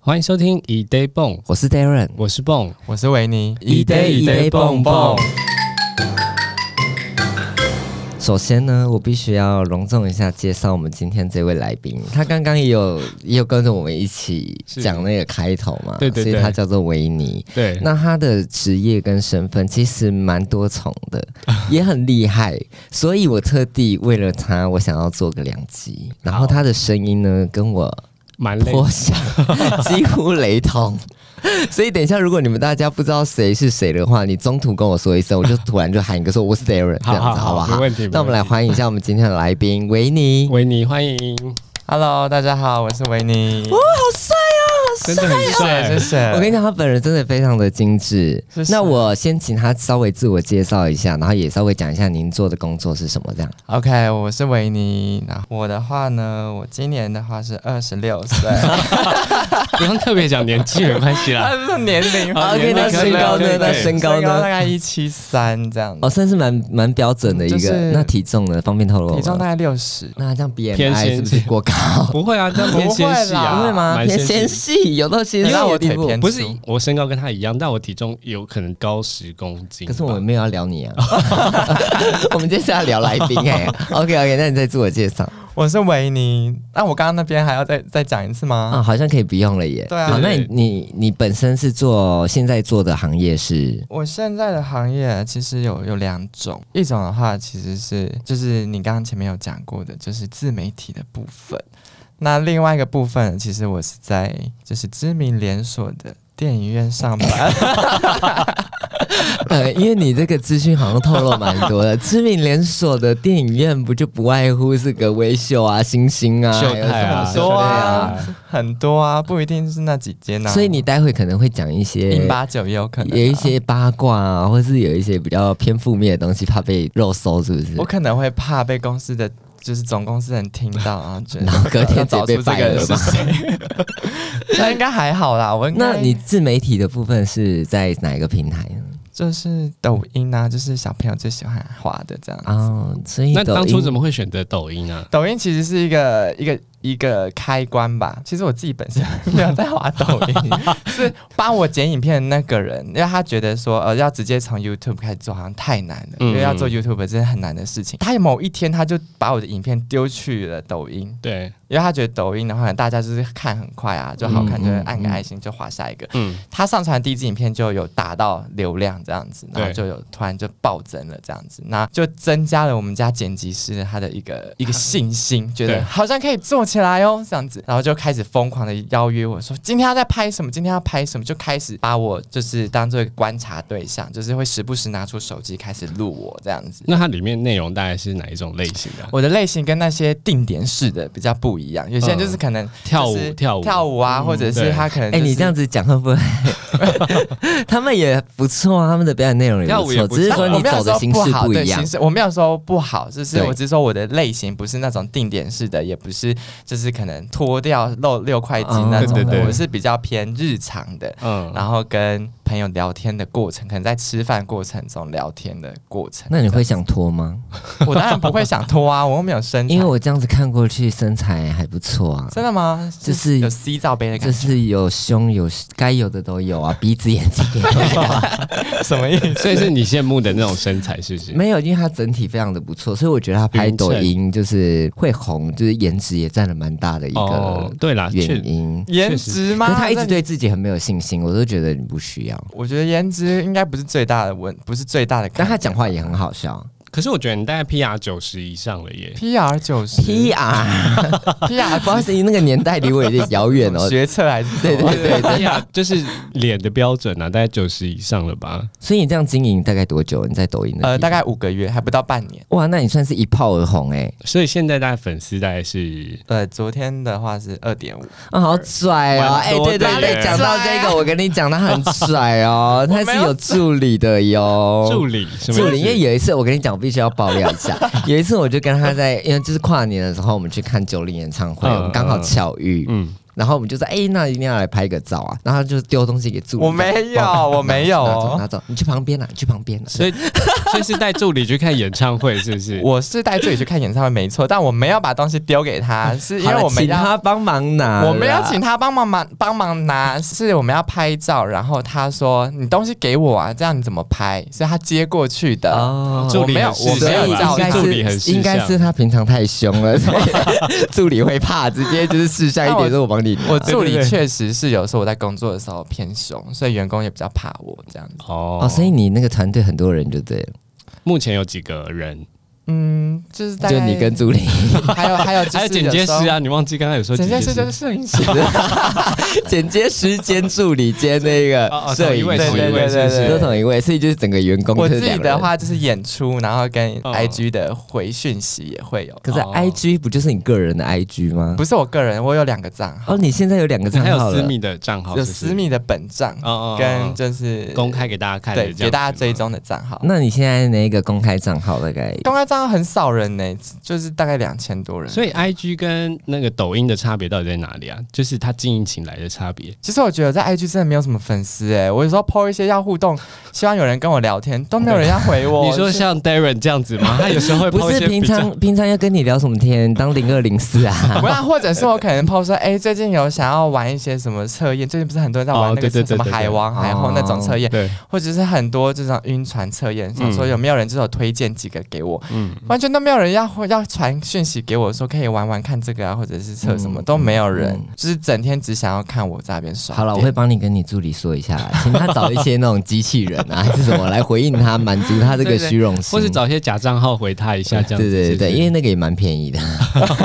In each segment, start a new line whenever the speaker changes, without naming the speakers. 欢迎收听以 day 蹦，
我是 Darren，
我是蹦。
我是维尼，
一 day 一 day 蹦蹦。首先呢，我必须要隆重一下介绍我们今天这位来宾，他刚刚也有也有跟着我们一起
是
讲那个开头嘛，
对对对
所以他叫做维尼。
对，
那他的职业跟身份其实蛮多重 的，也很厉害，所以我特地为了他，我想要做个两集。然后他的声音呢，跟我
蛮累的。
颇像，几乎雷同。所以等一下，如果你们大家不知道谁是谁的话，你中途跟我说一声，我就突然就喊一个说我是 Darren 这样子，好不
没
好？
问题。
那我们来
没问
欢迎一下我们今天的来宾维尼
题。维尼，欢迎，
Hello，大家好，我是维尼。
真的很
谢
帅。
谢。
我跟你讲，他本人真的非常的精致
谢。谢
那我先请他稍微自我介绍一下，然后也稍微讲一下您做的工作是什么，这样。
嗯 OK，我是维尼。那我的话呢，我今年的话是二十 六岁，
不用特别讲年纪，没关系
啊，
啦。
不是年龄
好
OK，
年龄
那
可以
身高
可
呢？
以可
那
以
身
身
高
高
呢
大？概一七三这样
哦，
子，
算是蛮蛮标准的一
就
个。
是
那体重呢？方便透露我
体重
吗
大概六十。
那这样
偏纤
BMI 是不是过高？
不会啊，这样偏纤细啊，
不会吗？
蛮
偏
纤
纤
细。
细，有到其实
因为我腿偏
不是
粗，
我身高跟他一样，但我体重有可能高十公斤吧。
可是我们没有要聊你啊， 我们接下来聊来宾哎、OK OK，那你再自我介绍
我是维尼。那我刚刚那边还要再再讲一次
啊，
吗？
好像可以不用了耶。
对啊
好，那
对
你你你本身是做现在做的行业是
我现在的行业其实有有两种，一种的话其实是就是你刚刚前面有讲过的，就是自媒体的部分。那另外一个部分，其实我是在就是知名连锁的电影院上班。
呃，因为你这个资讯好像透露蛮多 的，知名连锁的电影院不就不外乎是个微秀啊、星星啊，
秀
还有
泰啊，
什么
秀
对
泰
啊。
啊很多啊，不一定是那几间啊。
所以你待会可能会讲一
零
些。
八九也有可能、啊
有一，些八卦啊，或是有一些比较偏负面的东西，怕被肉搜，是不是？
我可能会怕被公司的就是总公司人听到啊，觉 得
然后隔
要
天直接
找
被
出这
掰
个人
了
是
吧？
谁。那应该还好啦，我应该
那你自媒体的部分是在哪一个平台呢？
就是抖音啊，就是小朋友最喜欢滑的这样子。
哦，所以
那当初怎
么？
么会选择抖音啊？
抖音其实是一个一个一个开关吧。其实我自己本身没有在滑抖 音，是帮我剪影片的那个人，因为他觉得说，呃，要直接从 YouTube 开始做好像太难了，
嗯
因为要做 YouTube 真的很难的事情。他某一天他就把我的影片丢去了抖音，
对，
因为他觉得抖音的话，大家就是看很快啊，就好看，
嗯
就
嗯
按个爱心就滑下一个。
嗯，
他上传第一支影片就有达到流量这样子，
对
然后就有突然就暴增了这样子，那就增加了我们家剪辑师他的 一个一个信心，觉
对
得好像可以做起来哦这样子，然后就开始疯狂的邀约我说今天要在拍什么，今天要拍什么，就开始把我就是当做一个观察对象，就是会时不时拿出手机开始录我这样子。
那它里面内容大概是哪一种类型的啊？
我的类型跟那些定点式的比较不一样，有些人就是可能
嗯跳
就是
舞，跳舞，嗯
跳舞啊，或者
对
是他可能
哎，
就是
你这样子讲会 不会？他们也不错啊，他们的表演内容也
跳
不
舞也
错，
不
只是
错
说
我
你
没有
走的
说
形
不
式
好
不
对
一样
形。式我没有说不好，就是
对
我只是说我的类型不是那种定点式的，也不是就是可能脱掉露六块肌那种的，
嗯对对对
我是比较偏日常的，
嗯，
然后跟朋友聊天的过程，可能在吃饭过程中聊天的过程。
那你会想脱吗？
这样子？我当然不会想脱啊，我又没有身材，
因为我这样子看过去，身材还不错啊，
真的吗？
就是
有 C 罩杯的
就
感觉，
是有胸有该有的都有 啊，鼻子眼睛也 有啊。
什么意 思？
所以是你羡慕的那种身材，是不是？
没有，因为他整体非常的不错，所以我觉得他拍
匀称
抖音就是会红，就是颜值也占了蛮大的一
哦
个，
对啦，确
原因。
颜值
可
吗？
是他一直
那
对自己很没有信心，我都觉得你不需要。
我觉得颜值应该不是最大的问，不是最大的看点。
但他讲话也很好笑。
可是我觉得你大概 PR 九十以上了耶。
PR 九十
PR，
PR
啊不好意思，那个年代离我有点遥远哦。
学测还是
对对
哎
对，
PR 就是脸的标准啊，大概九十以上了吧？
所以你这样经营大概多久？你在抖音的地方？
呃，大概五个月，还不到半年。
哇，那你算是一炮而红哎、
所以现在大概粉丝大概是
呃，昨天的话是二点五，
啊，好拽哦！
蛮
哎、
多的
对对
耶
对，讲到这 个，我跟你讲，他很拽哦，他是有助理的
哦
哟。
助理，什么
助
意
理，因
思
为有一次我跟你讲，我必须要爆料一 下。有一次我就跟他在，因为就是跨年的时候，我们去看九零演唱会，
嗯
我们刚好巧遇。
嗯，
然后我们就说，哎、那一定要来拍个照啊。然后他就丢东西给助理，
我没有
帮
我没有
拿走
哦
拿走，你去旁边啦，啊你去旁边啦。
所以所以是带助理去看演唱会，是不是？
我是带自己去看演唱会没错，但我没有把东西丢给他，是因
好
为
了
我们
请
要。
他帮忙拿啦，
我们要请他帮忙忙帮忙拿，是我们要拍照，然后他说你东西给我啊，这样你怎么拍？所以他接过去的。
哦
助理
我没有
很识
我
所
没有
相
以
吧
照
应该
助理很
是
识
应该
相
是他平常太凶了，所 以助理会怕，直接就是试下一
那我
点，说我帮你拿。
我助
对
理
对对
确实是有时候我在工作的时候偏凶，所以员工也比较怕我这样子。
哦
哦，所以你那个团队很多人就对了，
目前有几个人？
嗯，就是大概
就你跟助理，
还有还有就是
还有剪接师啊，你忘记刚刚有说
有时候，剪接师
师
就是摄影师，
剪接师兼助理兼那
哦
个
哦
摄
同一
影
位
师，
同一位
对对对
是
对
都
是，
同一位，所以就是整个员工
我
就是
自己
两个
的
人。
话就是演出，然后跟
哦
IG 的回讯息也会有。
可是
哦
I G 不就是你个人的 I G 吗？
不是我个人，我有两个账号，
哦，你现在有两个
你
账
还有
号
私
了，
密的账号，
有
是不是
私密的本账，
哦哦，哦
跟
哦
就是
公开给大家看的这
对
样子吗，
给大家追踪的账号。
那你现在那个公开账号 大概
公开账号很少人呢、就是大概两千多人。
所以
嗯
I G 跟那个抖音的差别到底在哪里啊？就是它经营起来的差别。
其实我觉得在 IG 真的没有什么粉丝哎、我有时候 po 一些要互动，希望有人跟我聊天，都没有人要回我。
你说
就是
像 Darren 这样子 吗？他有时候会抛
不
一
是
些
平
比较
常平常要跟你聊什么天？当零二零四 啊？
不然，或者是我可能 PO 说，哎、最近有想要玩一些什么测验，最近不是很多人在玩
哦
那
对
个
对对
什么
对对
海王、海后那种测验，
对，
或者是很多这种晕船测验，想说有没有人这种推荐几个给我，
嗯，
完全都没有人要要传讯息给我说可以玩玩看这个啊，或者是测什么、
嗯
都没有人，
嗯
就是整天只想要看我在那边耍。
好了，我会。帮你跟你助理说一下啦，请他找一些那种机器人啊，还是什么来回应他，满足他这个虚荣 心，
或是找一些假账号回他一下这样
嗯对
子。
对对对，因为
为
那个也蛮 便宜的。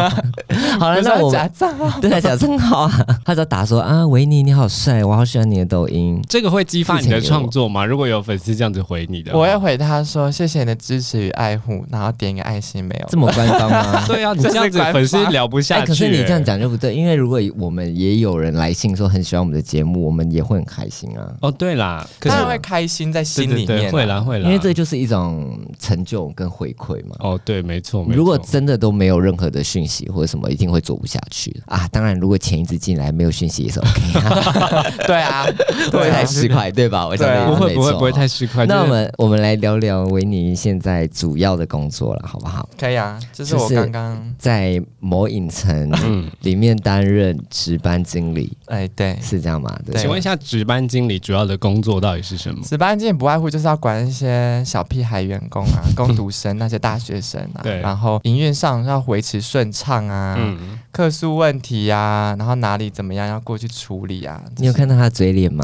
好了，
那
那
我
我
假账啊，
对啊，假账号啊，他只要打说啊，维尼你好帅，我好喜欢你的抖音。
这个会激发你的
之前有
创作吗？如果有粉丝这样子回你的话，？
我会回他说谢谢你的支持与爱护，然后点一个爱心没有。
这么官方吗
对 啊，你这样子
这是
粉丝
官方
聊不下
哎、
去、
可是你这样
哎
讲就不对，因为如果我们也有人来信说很喜欢我们的节目，我们也会很开心啊，
哦，对啦，可
当
是
然会开心在
对
心
对
里面、
对，
啊，
会啦会啦，
因为这就是一种成就跟回馈嘛。
哦对，没错，没错
如果真的都没有任何的讯息或者什么，一定会做不下去的啊！当然，如果钱一直进来没有讯息也是 OK，啊
对啊，
不会
对啊
太，十块对吧？我想
对啊
不会不会不会太
太。
市侩。
那
就
我
是
们我们来聊聊维尼现在主要的工作了，好不好？
可以啊，就是我
就是
刚刚，
在某影城
嗯，
里面担任值班经理，
哎，对，
是这样吗？对
对
请问一下，值班经理主要的工作到底是什么？
值班经理不外乎就是要管一些小屁孩员工 啊、工读生那些大学生啊，
对
然后营运上要维持顺畅啊，
嗯，
客诉问题呀、啊，然后哪里怎么样要过去处理啊，
你有看到他的嘴脸吗？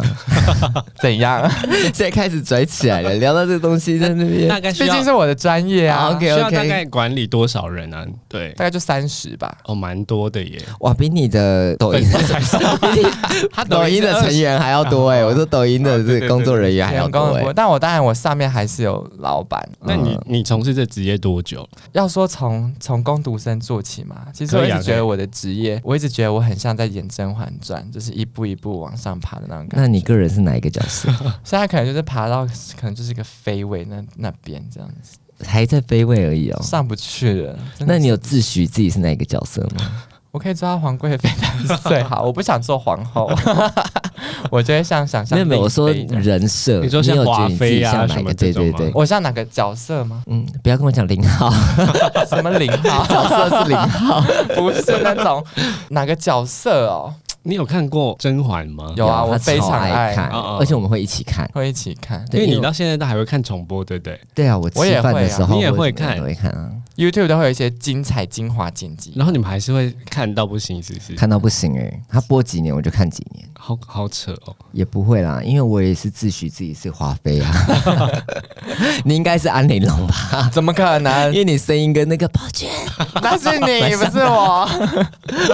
怎样？
现在开始拽起来了，聊到这个东西在那 边。
大概需
毕
要
竟是我的专业啊。
好，OK
需要
OK
大概管理多少人啊？对，
大概就三十吧，
哦，蛮多的耶。
哇，比你的抖
粉
音
丝才 是他
抖音的成员还要多 哎、
啊
我说抖音的这个工作人员还要
员
多
工
哎、
很多。但我当然我上面还是有老板。
那
嗯
你你从事这职业多久？
要说从从工读生做起嘛，其实
可
我
以
一
啊
直觉
可以
得我的职业，我一直觉得我很像在演《甄嬛传》，就是一步一步往上爬的那种感觉。
那你个人是哪一个角 色？
现在可能就是爬到，可能就是一个飞位那那边这样子，
还在飞位而已哦。
上不去了。真的
那你有自诩自己是哪一个角色吗？
我可以抓皇贵妃当最好，我不想做皇 后，我就会像想象
没有没有，
令
我说
妃这样
人设，
你说像
有觉得你自
华妃
己
啊
像哪
什
一
么
个？
这
对
种
对
吗
对，？
我像哪个角色吗
嗯，不要跟我讲零 号，
什么零号？
角色是零号。
不是那种哪个角色哦，
你有看过《甄嬛》吗？
有啊
他
我非
超
常
爱
爱
看，
哦哦
而且我们会一起看。
会一起看
因
对
为你到现在都还会看重播，对不对？
对啊，我吃
我也
饭
会
的
啊
时候
你也
或者
会
怎么样
看
都会看啊，
，YouTube 都会有一些精彩精华剪辑。
然后你们还是会看到不行，是不是？
看到不行哎，他播几年我就看几年，
好好扯哦，
也不会啦，因为我也是自诩自己是华妃 啊。你应该是安玲珑吧？
怎么可 能
因？为你声音跟那个宝娟，
那是你，不是我。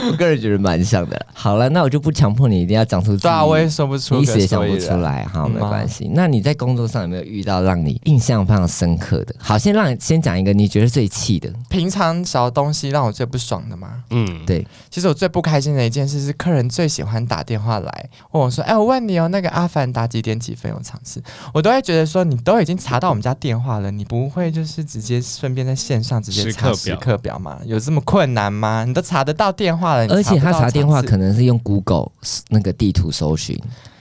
我个人觉得蛮像的。好了，那我就不强迫你一定要讲出自己
对啊，我也说不出
你
个
一
所
时
以
也
然，
想不出来，好，
嗯
没关系。那你在工作上有没有遇到让你印象非常深刻的？好，先让你先讲一个你觉得最奇气的，
平常小东西让我最不爽的嘛。
嗯，
对，
其实我最不开心的一件事是，客人最喜欢打电话来问我说：“哎、我问你哦，那个阿凡达几点几分有场次？”我都会觉得说，你都已经查到我们家电话了，你不会就是直接顺便在线上直接查
时
时
刻表
刻表吗？有这么困难吗？你都查得到电话了，哎你
而且
不
他
到
查电话
场次
可能是用 Google 那个地图搜寻，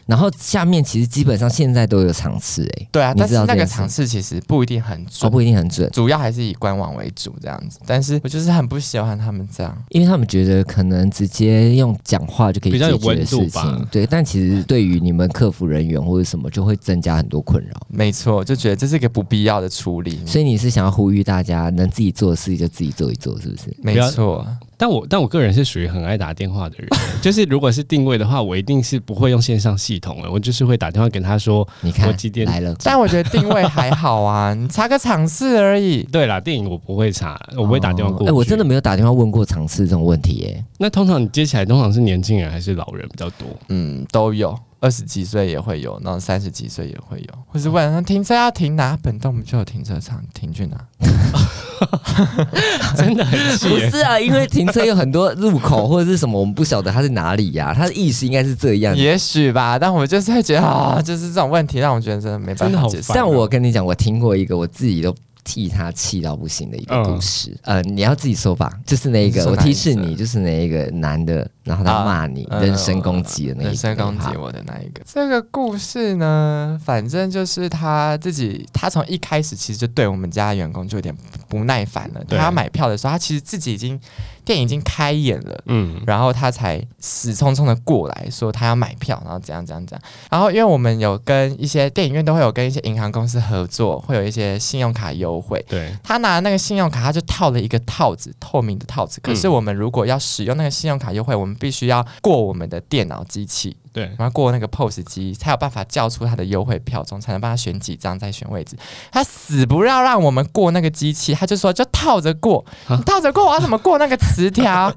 然后下面其实基本上现在都有场次哎、
对啊，
你
但
知
是
道
那
这
个
件事
场次其实不一定很
哦
准，
不一定很准，
主要还是以官网为主这样子。但是我就是很不喜欢他们这样。
因为他们觉得可能直接用讲话就可以
比较有
解决的
温度
事
吧
情，对，但其实对于你们客服人员或者什么就会增加很多困扰。
没错，我就觉得这是一个不必要的处
嗯
理。
所以你是想要呼吁大家能自己做的事情就自己做一做，是不是？
没
不要
错，
但我但我个人是属于很爱打电话的人， 就是如果是定位的话，我一定是不会用线上系统的，我就是会打电话跟他说。
你看
我几点
来了，
但我觉得定位还好啊，你查个场次而已。
对啦，电影我不会查，我不会打电话过
哎、
去。
我真的没有打电话问过场次这种问题耶、
那通常你接起来，通常是年轻人还是老人比较 多？
嗯，都有，二十几岁也会有，然后三十几岁也会有，或是问他停车要停哪，本栋我们就有停车场，停去哪？
真的很气
不
耶、
是啊，因为停车有很多入口或者是什么，我们不晓得它是哪里呀、它的意思应该是这
嗯
样。
也许吧，但我就是会觉得啊，就是这种问题让我觉得真的没办
真的
法
好
解释
烦。
但我跟你讲，我听过一个我自己都替他气到不行的一个故事。呃，你要自己说吧，就是那一
嗯你
个
说
我
哪一
提示
则
你，就是那一个男的，然后
啊
他骂你、
嗯
人身攻击的那一
人身攻击
那一趴
我的那一个，这个故事呢，反正就是他自己，他从一开始其实就对我们家员工就有点不不耐烦了。
对
他买票的时候，他其实自己已经电影已经开演了，
嗯，
然后他才死冲冲的过来说他要买票，然后怎样怎样怎样。然后因为我们有跟一些电影院都会有跟一些银行公司合作，会有一些信用卡优惠。
对，
他拿那个信用卡，他就套了一个套子，透明的套子。可是我们如果要使用那个信用卡优惠，我们必须要过我们的电脑机器，
对，
然后过那个 POS 机，才有办法叫出他的优惠票中，才能帮他选几张再选位置。他死不要让我们过那个机器，他就说就套着过，
啊
你套着过，我要怎么过那个磁条？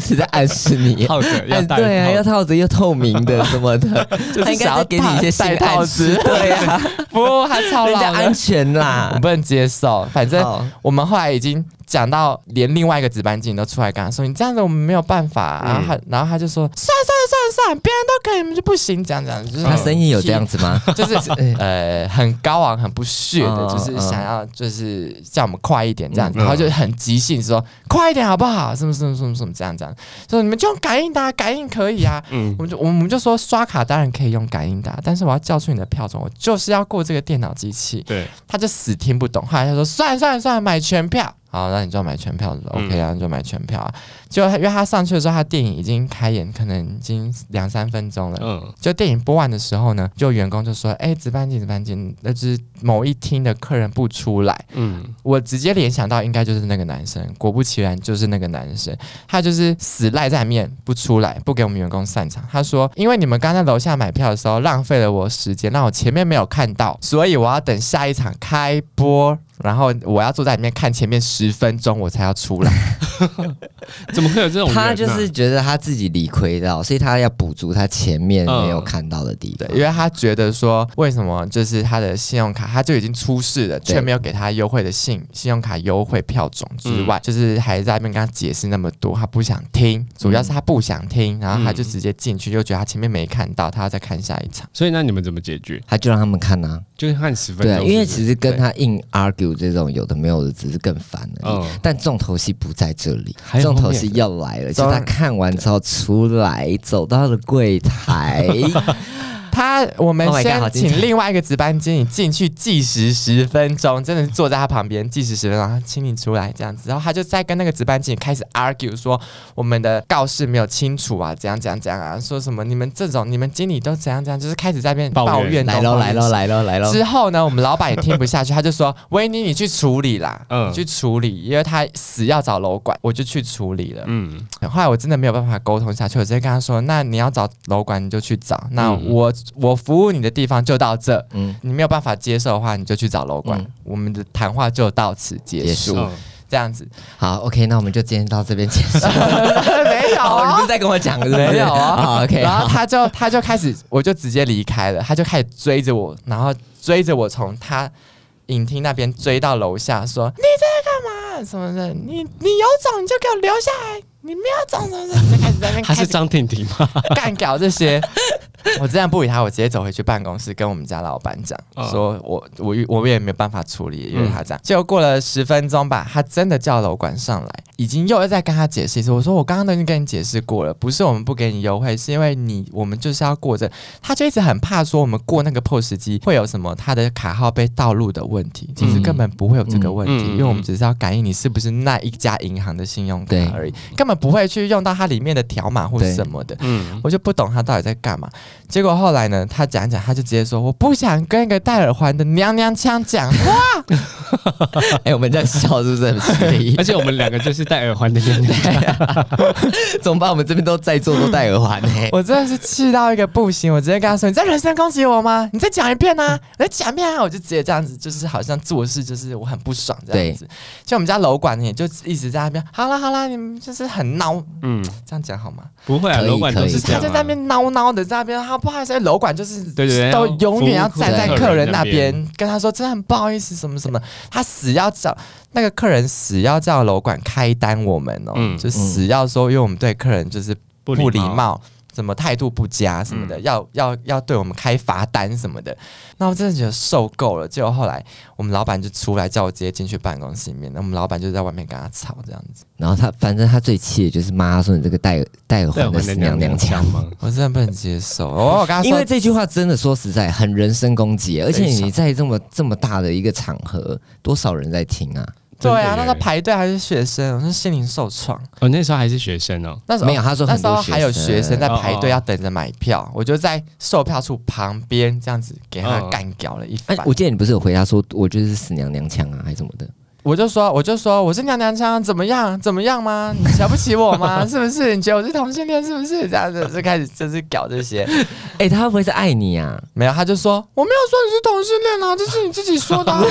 是在暗示 你。
套着要
哎，
戴
对啊，要
套
套子又透明的什么的，
就是
他应该
想
在
要
给你一些新
戴戴套
暗示，
子
对啊，
不，他超
人家
老
安
了，
全
啊我
啦。
不能接受。反正
好
我们后来已经讲到，连另外一个值班经理都出来跟他说：“你这样子我们没有办法、啊。
嗯
然后他，然后他就说：“算了算了算了算了，别人都可以，你们就不行。”这样这样，就是
他声音有这样，子吗？
就是呃很高昂、很不屑的，
嗯
就是想要就是叫我们快一点这样子，
嗯
然后就很即兴说：“快一点好不好？什么什么什么什么这样这样。”说你们就用感应的、啊，感应可以啊。
嗯
我，们就我们就说刷卡当然可以用感应的啊、但是我要叫出你的票种，我就是要过这个电脑机器。
对，
他就死听不懂，后来他说算了算了算了，买全票。好，那你就买全票了、
嗯
o k 啊，你就买全票啊。结果他因为他上去的时候，他电影已经开演，可能已经两三分钟了。
嗯，
就电影播完的时候呢，就员工就说：“哎、值班经理，值班经理，那就是某一厅的客人不出来。”
嗯，
我直接联想到应该就是那个男生，果不其然就是那个男生，他就是死赖在面不出来，不给我们员工散场。他说，因为你们刚在楼下买票的时候浪费了我时间，让我前面没有看到，所以我要等下一场开播，然后我要坐在里面看前面十分钟，我才要出来。
怎么会有这种人、啊？
他就是觉得他自己理亏到，所以他要补足他前面没有
嗯
看到的地
对
方。，
因为他觉得说，为什么就是他的信用卡他就已经出事了，
对
却没有给他优惠的信信用卡优惠票种之外，就是还在那边跟他解释那么多，他不想听，主要是他不想听，然后他就直接进去，就觉得他前面没看到，他要再看下一场。
所以那你们怎么解决？
他就让他们看呐、啊，
就是看十分钟
对啊，
是不是，
因为其实跟
对
他硬 argue 这种有的没有的，只是更烦而已。
嗯
但重头戏不在这里
还，有
重头
后面
戏
的
要来了，就
当
是
然
他看完之后出来，走到了柜台，
他我们
Oh my god，
先
好精彩
请另外一个值班经理进去计时十分钟，真的是坐在他旁边计时十分钟，然后请你出来这样子，然后他就在跟那个值班经理开始 argue 说我们的告示没有清楚啊，怎样怎样怎样啊，说什么你们这种你们经理都怎样怎样，就是开始在那边
抱
抱
怨啊
怨
来
喽
喽来喽
喽。
来喽来喽，
之后呢，我们老板也听不下去，他 就说：“维尼，你去处理啦，
嗯
你去处理，因为他死要找楼管，我就去处理了。”
嗯，
后来我真的没有办法沟通下去，我直接跟他说：“那你要找楼管你就去找，那
嗯
我、我服务你的地方就到这，
嗯，
你没有办法接受的话，你就去找楼管。
嗯
我们的谈话就到此结
结
束，
束
嗯
这样子
好，OK，那我们就今天到这边 结束。
没有
哦，你
啊
不是在跟我讲是不是？
没有啊
好，OK，
然后
好，
他就他就开始，我就直接离开了，他就开始追着我，然后追着我从他影厅那边追到楼下，说：“你在干嘛？干什么的，你你有种你就给我留下来，你没有种什么的，你就开始在那边
他
开
是
始
张婷婷吗？
干搞这些。我这样不理他，我直接走回去办公室，跟我们家老板讲，
嗯
说我我我也没有办法处理，因为他这样。结果过了十分钟吧，他真的叫楼管上来，已经又在跟他解释一次。我说我刚刚都已经跟你解释过了，不是我们不给你优惠，是因为你我们就是要过这。他就一直很怕说我们过那个 POS 机会有什么他的卡号被盗录的问题，其实
嗯
根本不会有这个问题，
嗯嗯
因为我们只是要感应你是不是那一家银行的信用卡
对
而已，根本不会去用到它里面的条码或
对
什么的。
嗯，
我就不懂他到底在干嘛。结果后来呢，他讲一讲，他就直接说：“我不想跟一个戴耳环的娘娘腔讲话。
哎、我们这样笑是不是很失礼
而？且我们两个就是戴耳环的年龄，
怎么办？我们这边都在座都戴耳 环呢、”
我真的是气到一个不行，我直接跟他说：“你在人身攻击我吗？你再讲一遍啊！你再讲一遍啊！”我就直接这样子，就是好像做事就是我很不爽这样子。就我们家楼管也就一直在那边，好啦好啦，你们就是很孬，
嗯，
这样讲好吗？
不会啊，
可以
楼管都是这
他
样
就
啊，
在那边孬孬的在那边，他不好意思，楼管就是
对对对
都
要
永远要
服务
站在
客
客人
人
那
那边
边，跟他说真的很不好意思，什么什么，他死要叫那个客人死要叫楼管开单我们哦，
嗯
就死要说，因为我们对客人就是
不嗯
不礼，貌。什么态度不佳什么的，要要要对我们开罚单什么的，那我真的觉得受够了。结果后来我们老板就出来叫我直接进去办公室里面，那我们老板就在外面跟他吵这样子。
然后他反正他最气的就是妈说你这个戴耳戴耳
戴耳环
环的
的
死
娘
娘娘
娘
腔
腔。吗？
我真的不能接受。哦、我跟他说，
因为这句话真的说实在很人身攻击，而且
非常
你在这么这么大的一个场合，多少人在听啊？
对
真
啊，那
的
时候
耶
排队还是学生，我是心灵受创。
我那时候还是学生 哦，
那时候
没有，他说
那
很
时
多
候还有学生在排队
哦哦
要等着买票，我就在售票处旁边这样子给他
嗯
干掉了一番
哎。，我记得你不是有回答说，我就是死娘娘腔啊，还是什么的？
我就说，我就说我是娘娘腔，怎么样？怎么样吗？你瞧不起我 吗？是不是？你觉得我是同性恋是不是？这样子就开始就是搞这些。
哎，他会不会是爱你啊？
没有，他就说我没有说你是同性恋啊，这是你自己说的、 啊。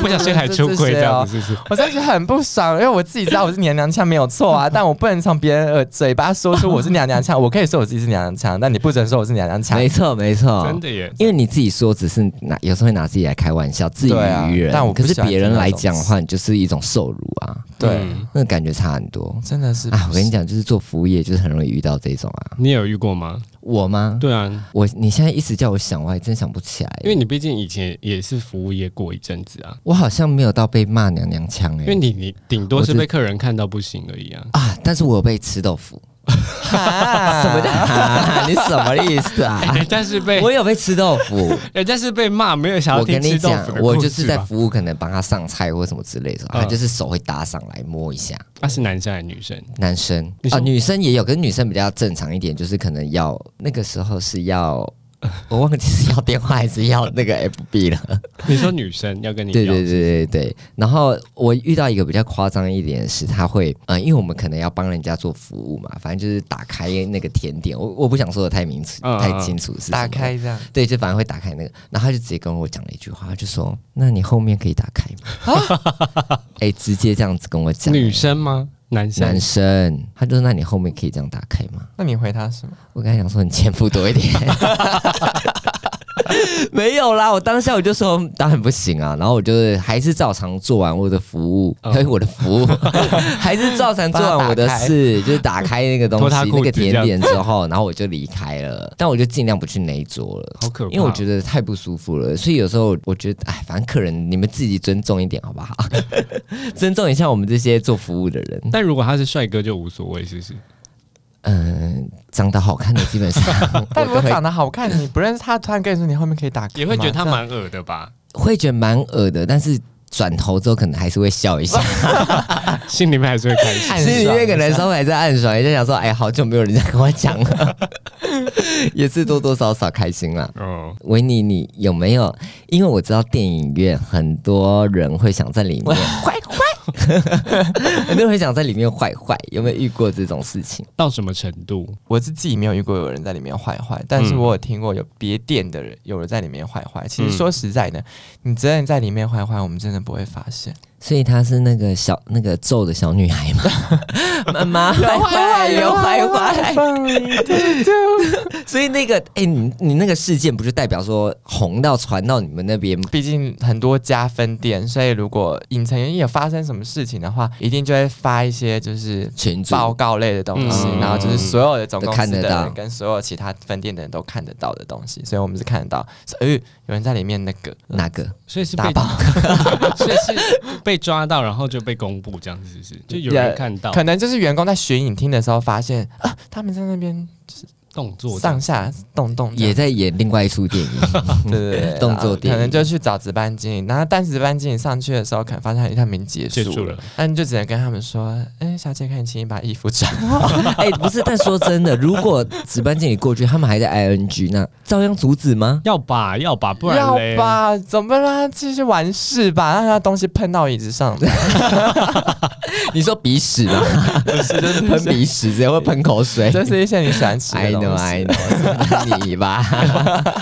不小心还出
这
轨这
些哦
样子，是不是？
我真的觉得很不爽，因为我自己知道我是娘娘腔没有错 啊，但我不能从别人呃嘴巴说出我是娘娘腔。我可以说我自己是娘娘腔，但你不准说我是娘娘腔
没。错，没错
真，的耶，
因为你自己说只是拿，有时候会拿自己来开玩笑，自
对啊
娱于人。
但我不
可是
喜欢
别人
听那
来
种
讲的话，你就是一种受辱啊，
对，
嗯
那感觉差很多
真的是
啊！我跟你，讲，就是做服务业，就是很容易遇到这种啊。
你有遇过吗？
我吗？
对啊，
我你现在一时叫我想，我还真想不起来。
因为你毕竟以前也是服务业过一阵子啊，
我好像没有到被骂娘娘腔哎、
因为你你顶多
我
是
就
被客人看到不行而已啊。
啊，但是我有被吃豆腐，
什
什 么叫、 啊、你什么意 思啊？
人家是被
我有被吃豆腐，
人家是被骂，没有 想要
我
听
跟
吃
你
豆
讲
腐的，
我
故
就
事
是在
吧
服务可能帮他上菜或什么之类的时候，
嗯
他就是手会搭上来摸一下。
他啊是男生还是女生？
男生
你
啊、
说
女生也有，可是女生比较正常一点，就是可能要那个时候 是要，我忘记是要电话还是要那个 FB 了。
你说女生要跟你
对
聊
对对对对。然后我遇到一个比较夸张一点的是，他会，呃，因为我们可能要帮人家做服务嘛，反正就是打开那个甜点，我我不想说的太明楚、
嗯嗯嗯
太清楚是什么
打，开这样
对，就反正会打开那个，然后他就直接跟我讲了一句话，他就说：“那你后面可以打开吗？” 哎、直接这样子跟我讲，
女生吗？男生？
男生，他就说：“那你后面可以这样打开吗？”
那你回他什么？
我刚才想说你钱付多一 点，没有啦，我当下我就说当然不行啊，然后我就是还是照常做完我的服务，
哦
还有我的服务， 还是照常做完我的事，就是打开那个 东
脱
西
他裤子
那个甜点之后，然后我就离开了，但我就尽量不去那一桌了。
好可怕！
因为我觉
得
得太不舒服了，所以有时候我觉得，哎，反正客人你们自己尊重一点好不好？ 尊重一下我们这些做服务的人。
但如果他是帅哥就无所谓，是不是？
嗯，长得好看的基本上
但如
我
果
都会
长得好看，你不认识他，突然跟你说你后面可以打开吗，
也会觉得他
这样
蛮恶的吧？
会觉得蛮恶的，但是转头之后可能还是会笑 一下，
心里面还是会开
暗
心。
心里
爽一
面可能
下
稍微还在暗爽一下，想说哎，好久没有人家跟我讲 了，也是多多少少开心啦。
哦，
维尼，你有没有？因为我知道电影院很多人会想在里面 坏坏， 很多人会想在里面坏坏，有没有遇过这种事情？
到什么程度？
我是自己没有遇过有人在里面坏坏，但
嗯
是我有听过有别店的人有人在里面坏坏。其实说实在的，你真的在里面坏坏，我们真的不会发现。
所以她是那个小那个皱的小女 孩嘛，妈妈坏坏有坏坏，所以那个哎、你你那个事件不就代表说红到传到你们那边吗？
毕竟很多家分店，所以如果影城也发生什么事情的话，一定就会发一些就是
群主
报告类的东西，
嗯
然后就是所有的总公司的
都看得到
人跟所有其他分店的人都看得到的东西，所以我们是看得到，是呃，有人在里面那个，
哪个？
所以是
打
被， 所以是被抓到，然后就被公布这样子，是不是？就有人
也
看到
可能就是员工在巡影厅的时候发现啊，他们在那边
动作这样
上下动动这样
也在演另外一出电 影，
对对对，
动作电
可能
影
就去找值班经理，然后但值班经理上去的时候，可能发现他们已经结
结
束
束
了
了，
那你就只能跟他们说，哎、小姐，看你请你把衣服穿好。
哎、不是，但说真的，如果值班经理过去，他们还在 ing，那照样阻止吗？
要吧要吧，不然
要
嘞，
吧，总不能让他继续完事吧？让他东西喷到椅 子上，
你说鼻屎吗？
是就是
喷鼻屎，谁会喷口 水？
这是一些你喜欢吃的
I
东西。
know, I know，是你吧？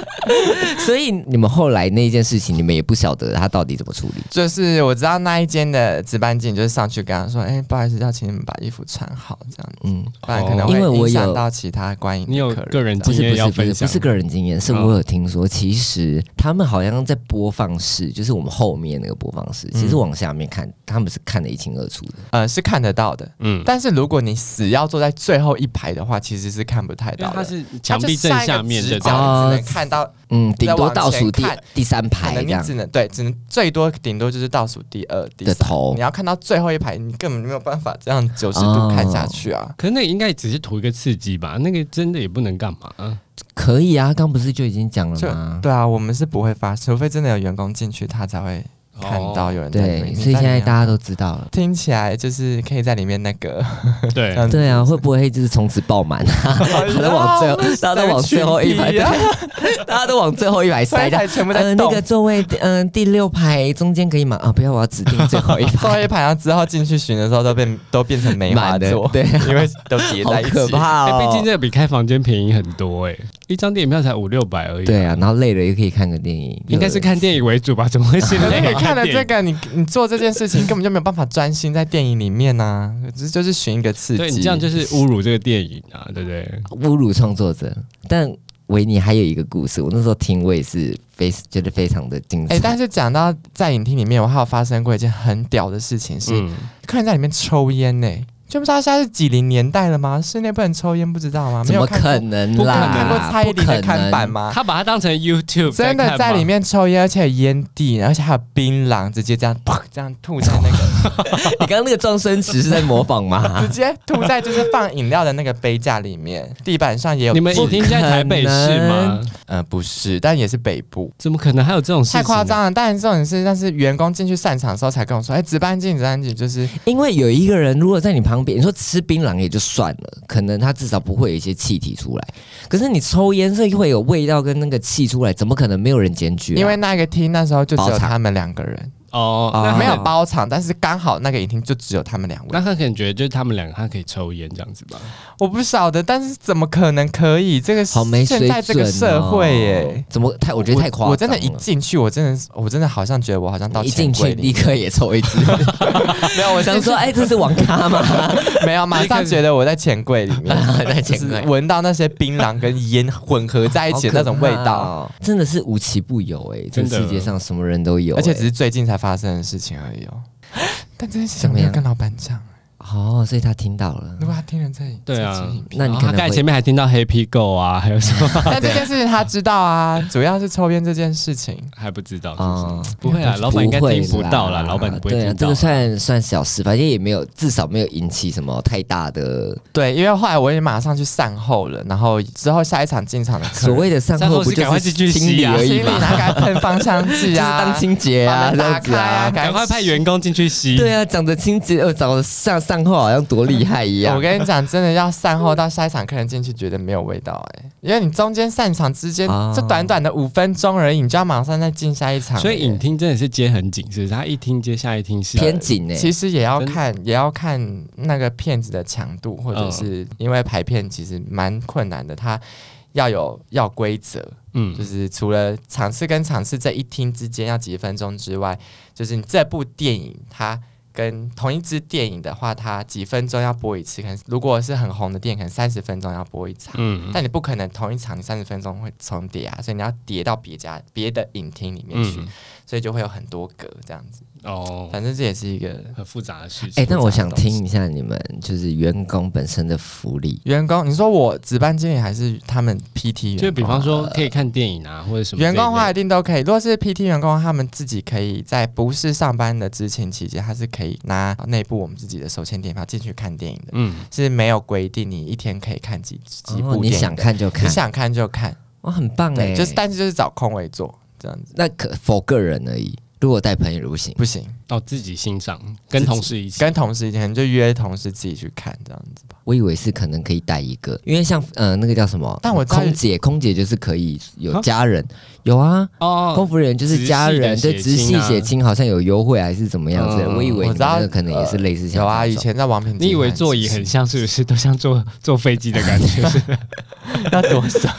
所以你们后来那件事情，你们也不晓得他到底怎么处理。
就是我知道那一间的值班经理，就是上去跟他说：“哎、不好意思，要请你们把衣服穿好，这样，
嗯，
不然可能
因为
会
我
影响
有
到其他观影的
哦你有
客人
个人
这样
不
经
是
验
不是
要
不
分
是不
享
是个人经验，是
嗯
我有听说，其实他们好像在播放室，就是我们后面那个播放室，其实
嗯
往下面看，他们是看得一清二楚的。
呃是看得到的。
嗯，
但是如果你死要坐在最后一排的话，其实是看不太
因
到
为
的。
它是墙壁正下面
它就
的
是下一个直角，
哦
你只能看到，
嗯，顶
再
多
往
倒
前
数第
看
第三
可
排
能
这
你
样
只能对，只能最多顶多就是倒数第二、第
的
三。
头
你。要看到最后一排，你根本没有办法这样九十度
哦
看下去啊！
可是那个应该只是图一个刺激吧，那个真的也不能干嘛、
可以啊，刚不是就已经讲了
就
吗？
对啊，我们是不会发，除非真的有员工进去，他才会看
哦
到有人在里面。
对，
你啊
所以现
在里
在
面
大家都知道了。
听起来就是可以在里面那 个，
哦对
这，样子
对啊，会不会就是从此爆满啊？
哎呀
大家都往最后，大家都往最后一排，
群体啊
对，大家都往最后一排
所
塞
以
的。
才全部在
嗯，那
动
个。座位，嗯、第六排中间可以吗？啊，不要，我要指定最后一
最后
排，
一排，然后之后进去巡的时候都变都变成梅花
满的
座，，
对，
因为都叠
好
在一起。
可怕
哎毕、
哦。
竟这个比开房间便宜很多哎、一张电影票才五六百而已。
对啊，然后累了也可以看个电影，
应该是看电影为主吧？怎么会是
可是
那
你
个
哎看了
电
这
影？
个，你你做这件事情根本就没有办法专心在电影里面呐、啊，这就是寻一个刺激。
对你这样就是侮辱这个电影啊，对不对？
侮辱创作者。但维尼还有一个故事，我那时候听我也是非觉得非常的精彩。
哎、但是讲到在影厅里面，我还有发生过一件很屌的事情是，
嗯，
客人在里面抽烟呢、就不知道现在是几零年代了吗？室内不能抽烟，不知道吗？没
怎
有
么
看
可
过？
能
不可
啦？
能看过蔡依林的
不可能
看板吗？
他把它当成 YouTube
真的
看
在
吗
里面抽烟，而且有烟蒂，而且还有槟榔，直接这样砰这样吐在那个，
你刚刚那个撞声词是在模仿吗
直？接吐在就是放饮料的那个杯架里面，地板上也有。
你们影厅在台北市吗？
呃不是，但也是北部。
怎么可能还有这种事情？啊
太夸！张了！但是这种事，但是员工进去散场的时候才跟我说，哎、值班进，值班进，就是
因为有一个人如果在你旁边，你说吃槟榔也就算了，可能他至少不会有一些气体出来。可是你抽烟是会有味道跟那个气出来，怎么可能没有人检举、啊？
因为那个厅那时候就只有他们两个人，
哦，
包
那
场
啊没
没
有
有，
包场，但是刚好那个影厅就只有他们两
那
位。
他可能觉得就是他们两个，他可以抽烟这样子吧？
我不晓得，但是怎么可能可以？这个
好没水
现
准、哦、
在这个社会耶、
怎么太？我觉得太夸张了
我我真的一进去，我真的是，我真的好像觉得我好像到
一进去
钱柜里
立刻也抽一支，
没有，我
想
想
说
说
哎、这是网咖吗？
没有，马上觉得我在钱柜里面，
在
就
钱
是
柜
闻到那些槟榔跟烟混合在一起的那种味道，
好可怕哦真的是无奇不有哎、这个
真的
世界上什么人都有哎、
而且只是最近才发生的事情而已哦。但这件事情我没有跟老板讲，
哦，所以他听到了
如。果他听了这里，
对啊
这集影片
那
然
你
后
可
他
能
刚才
会
前面还听到 Happy Go 啊， 还有什么
但这件事情他知道啊，主要是抽烟这件事情。
还不知道是不是？
哦，
不会啊，老板应该听不到啦，老板不会
对啊，
听
这
到啦。
个算算小事，反正也没有，至少没有引起什么太大的
对，因为后来我也马上去善后了，然后之后下一场进场的客
所
人
谓的善
善
后，
后
不
是赶
就
快
是
进去
清理
吸啊
而
行
已
李
嘛，
拿开喷芳香
就
剂
是
啊，
当清 洁啊，
帮
这
他打
样子
开啊
啊。
赶快派员工进去吸。
对啊，长得清洁，呃，长得像善后，好像多厉害一样
我。跟你讲，真的要善后到下一场客人进去，绝对没有味道哎、因为你中间散场之间，
啊
这短短的五分钟而已，你就要马上再进下一场了耶、
所以影厅真的是接很紧，是不是？他一厅接下一厅是
偏紧哎，
其实也要
真
看，也要看那个片子的强度，或者
嗯
是因为排片其实蛮困难的，它要有要规则，
嗯，
就是除了场次跟场次这一厅之间要几分钟之外，就是你这部电影它跟同一支电影的话，它几分钟要播一次，可能如果是很红的电影，可能三十分钟要播一场。
嗯
但你不可能同一场你三十分钟会重叠啊，所以你要叠到别家别的影厅里面去，
嗯
所以就会有很多格这样子。
哦，
反正这也是一个
很复杂的事
哎、
情。
但我想听一下你们就是员工本身的福利，
员工，你说我值班经理还是他们 PT 员工？啊
就比方说可以看电影啊，或者什么
员工的话
这一
一定都可以。如果是 PT 员工的话，他们自己可以在不是上班的执勤期间，他是可以拿内部我们自己的手签电影票进去看电影的
类，嗯，
是没有规定你一天可以看几几
哦
部电影的、
你想看就看
你，想看就看，
哇、很棒哎、
对，就是但是就是找空位坐这样子，
那可否个人而已，如果带朋友不行。
不行，
哦，自己欣赏，跟同事一起，
跟同事以前就约同事自己去看这样子吧。
我以为是可能可以带一个，因为像呃那个叫什么，
但我知道
空姐，空姐就是可以有家人，有啊，空
哦，
服人员就是家人，
直系
对，
的
直
血
系
亲啊
血亲好像有优惠还是怎么样子的，
嗯
我以为
哦我
你们
知道
那个可能也是类似像
有啊，
这
以
种
前在王品集团，
你以为座椅很像是不是？都像坐 坐飞机的感觉 是？
要多少？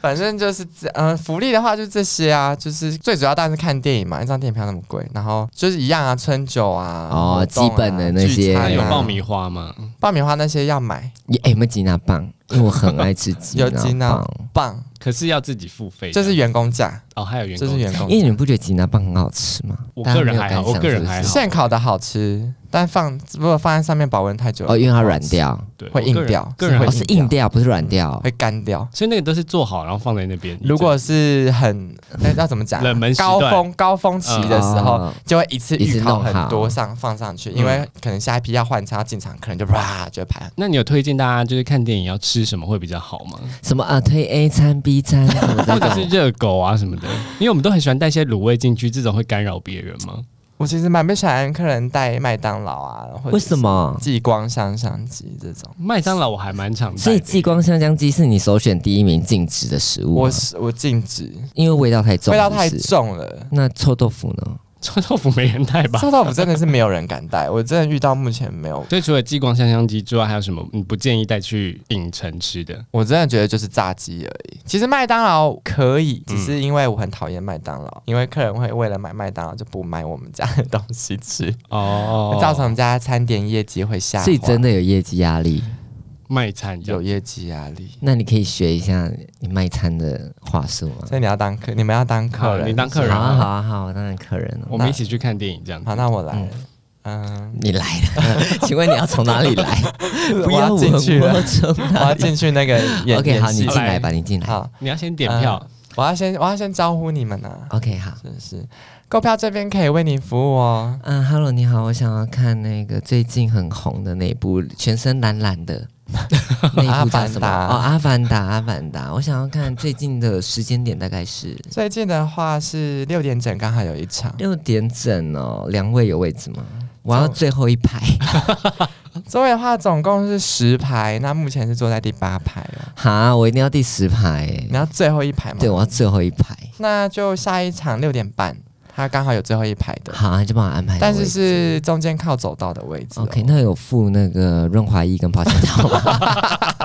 反正就是这，嗯、福利的话就这些啊，就是最主要当然是看电影嘛，一张电影票那么贵，然后就是一样啊，春酒啊，
哦
活动啊
基本的那些
聚餐啊
那有爆米花吗？
爆米花那些要买，
也哎，有没有吉拿棒？因为我很爱吃吉
有吉拿
拿棒，
棒，
可是要自己付费的，
就是员工价，
哦，还有员
这
工
是员工
因为
价。
你们不觉得吉拿棒很好吃吗？
我
大家
个人
没有
还好
感想
我个人
是不哦是
还好
现烤的好吃，但放如果放在上面保温太久
哦，因为它
不好
软
吃，
掉，
对
会
我个
硬
人
掉
个人
会
还
哦
好
是硬掉，不是软掉
会。干掉。
所以那个都是做好然后放在那边。
如果是很那要怎么讲啊？
冷门时
高
段
峰高峰期的时候，
哦
就会一次
一次
预考
弄好
很多上放上去，
嗯
因为可能下一批要换车进场，可能就啪就排很。
那你有推荐大家就是看电影要吃什么会比较好吗？
什么啊，推 A 餐 B 餐什
或
么这
者是
种，
热狗啊什么的，因为我们都很喜欢带一些卤味进去，这种会干扰别人吗？
我其实蛮不喜欢客人带麦当劳啊，或者
为什么？
激光香香鸡这种。
麦当劳我还蛮常带的，
所以激光香香鸡是你首选第一名禁止的食物吗，
我是我禁止，
因为味道太重，
味道太
啊是不是。
重了。
那臭豆腐呢？
臭豆腐没人带吧？
臭豆腐真的是没有人敢带，我真的遇到目前没有。
所以除了激光香香鸡之外，还有什么你不建议带去影城吃的？
我真的觉得就是炸鸡而已。其实麦当劳可以，
嗯
只是因为我很讨厌麦当劳，因为客人会为了买麦当劳就不买我们家的东西吃，
哦
造成我们家餐点业绩会下滑。
所以真的有业绩压力。
卖惨
有
有
业绩压力。
那你可以学一下你卖餐的话术吗？
所以你要当客，你们要当客
好
人，
你当客人
好啊，好啊，好啊，当然客人了、
我们一起去看电影这样子
好，。那我来了。嗯，
你来 了，请问你要从哪里来？不
我
要
要进去
问我
了，
从
嗯我
哪
要
里。
进去那个演
OK，好，
演
你
戏
进来吧，你进来。
好，
你要先
呃
点票，
我要先我要先招呼你们呢，
OK，好。
真是购票这边可以为你服务哦。
嗯，Hello，你好，我想要看那个最近很红的那部，全身蓝蓝 的那一部叫什么？
阿凡达
哦，《阿凡达》，《阿凡达》，我想要看最近的时间点大概是
最近的话是六点整，刚好有一场，
六点整哦。两位有位置吗？我要最后一排。
座位的话总共是十排，那目前是坐在第八排哦。
哈，我一定要第十排
你
欸。
要最后一排吗？
对，我要最后一排。
那就下一场六点半，他刚好有最后一排的，
好，你就帮我安排个位
但
置。
是是中间靠走道的位置哦。
OK，那有附那个润滑液跟保险套吗？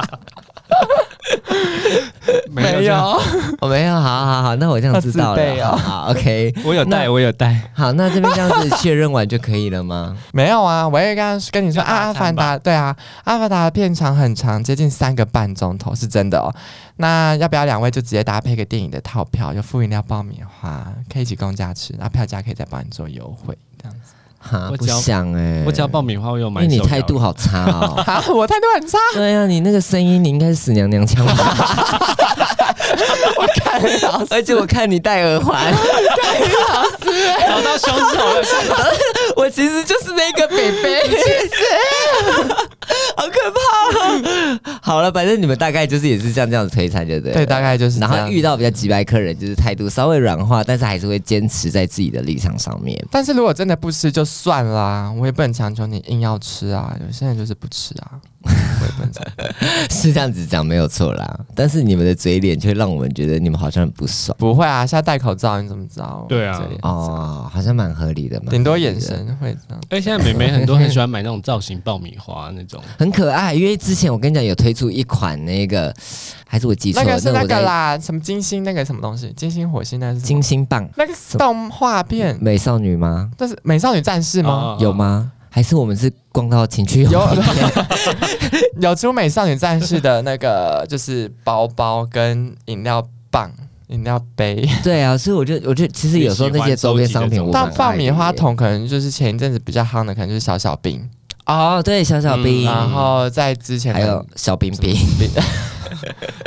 没
这样
有，
我没有，好好好，那我这样知道
要自备
了。
哦
好好，OK，
我有带，
那
我有带。
好，那这边这样子确认完就可以了吗？
没有啊，我也刚刚跟你说
要
啊，
大
阿凡
餐吧
达对啊，阿凡达的片长很长，接近三个半钟头，是真的哦。那要不要两位就直接搭配个电影的套票，有附饮料、爆米花，可以一起公价吃，那票价可以再帮你做优 惠，这样子。
哈，
我
不
只要
想哎、
我只要爆米花，我有
因
买
为
手摇。
你态度好差 哦。
啊，我态度很差，
对啊，你那个声音，你应该是死娘娘 腔吧？
我看老师
而且我看你戴耳环，
找到凶手 了，
我其实就是那个北北， 好可怕、哦。好了，反正你们大概就是也是像这样子推餐，对不对？
对，大。概就是这
然
样。
后遇到比较急白客人，就是态度稍微软化，但是还是会坚持在自己的立场上面。
但是如果真的不吃就算啦，我也不能强求你硬要吃啊。有些人就是不吃啊，我也不能强求。
是这样子讲没有错啦，但是你们的嘴脸却让我们觉得你们好像很不爽
不会啊，现在戴口罩，你怎么知道？
对啊
这里，
哦，好像蛮合理的嘛，
顶多眼神会这样。
哎，现在美眉很多很喜欢买那种造型爆米花那种，
很可爱。因为之前我跟你讲有推出一款那个，还是我记错
那
了
个？是那
我
个
在
啦，什么金星那个什么东西，金星火星那是什么
金星棒
那个动画片，
美少女吗？
那是美少女战士
啊
吗？
有？吗？还是我们是逛到情趣用
有
品
有出美少女战士的那个就是包包跟饮料棒、饮料杯，
对啊，所以我就我就其实有时候那些周边商品我蛮
到
爱的
爆米花桶可能就是前一阵子比较夯的，可能就是小小冰，
哦，对，小小
嗯
兵，
然后在之前可
还
能
有小冰冰，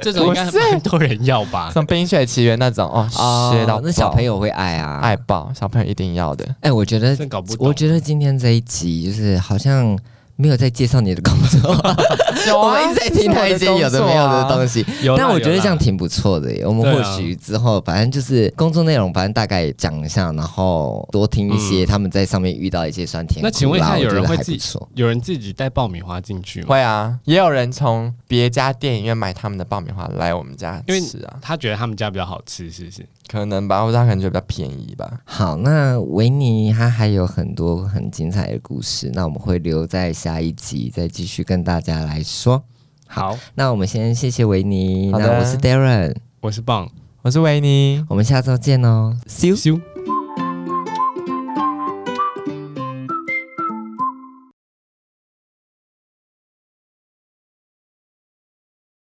这种应该
不是
很多人要吧？
像《冰雪奇缘》那种哦，学到
哦，那小
爆
朋友会爱啊，
爱爆，小朋友一定要的。
哎，我觉得
真搞不懂。
我觉得今天这一集就是好像没有在介绍你的工作，
有
我们一直在听他一些有的没有的东西，
有啦，
但我觉得这
有
样
啦
挺不错的耶。我们
对
或
啊
许之后，反正就是工作内容，反正大概讲一下，然后多听一些他们在上面遇到一些酸甜苦
嗯那
辣。
请问一下
我觉得
有人会
还不
自己
错
有人自己带爆米花进去吗？
会啊，也有人从别家电影院买他们的爆米花来我们家
因为
吃啊，
他觉得他们家比较好吃，是不是？
可能吧，或者他可能觉得比较便宜吧。
好，那维尼他还有很多很精彩的故事，那我们会留在下一集再继续跟大家来说。
好，
那我们先谢谢维尼，
好的
那我是 Darren，
我是棒
我是维尼，
我们下周见哦，See you。
咻。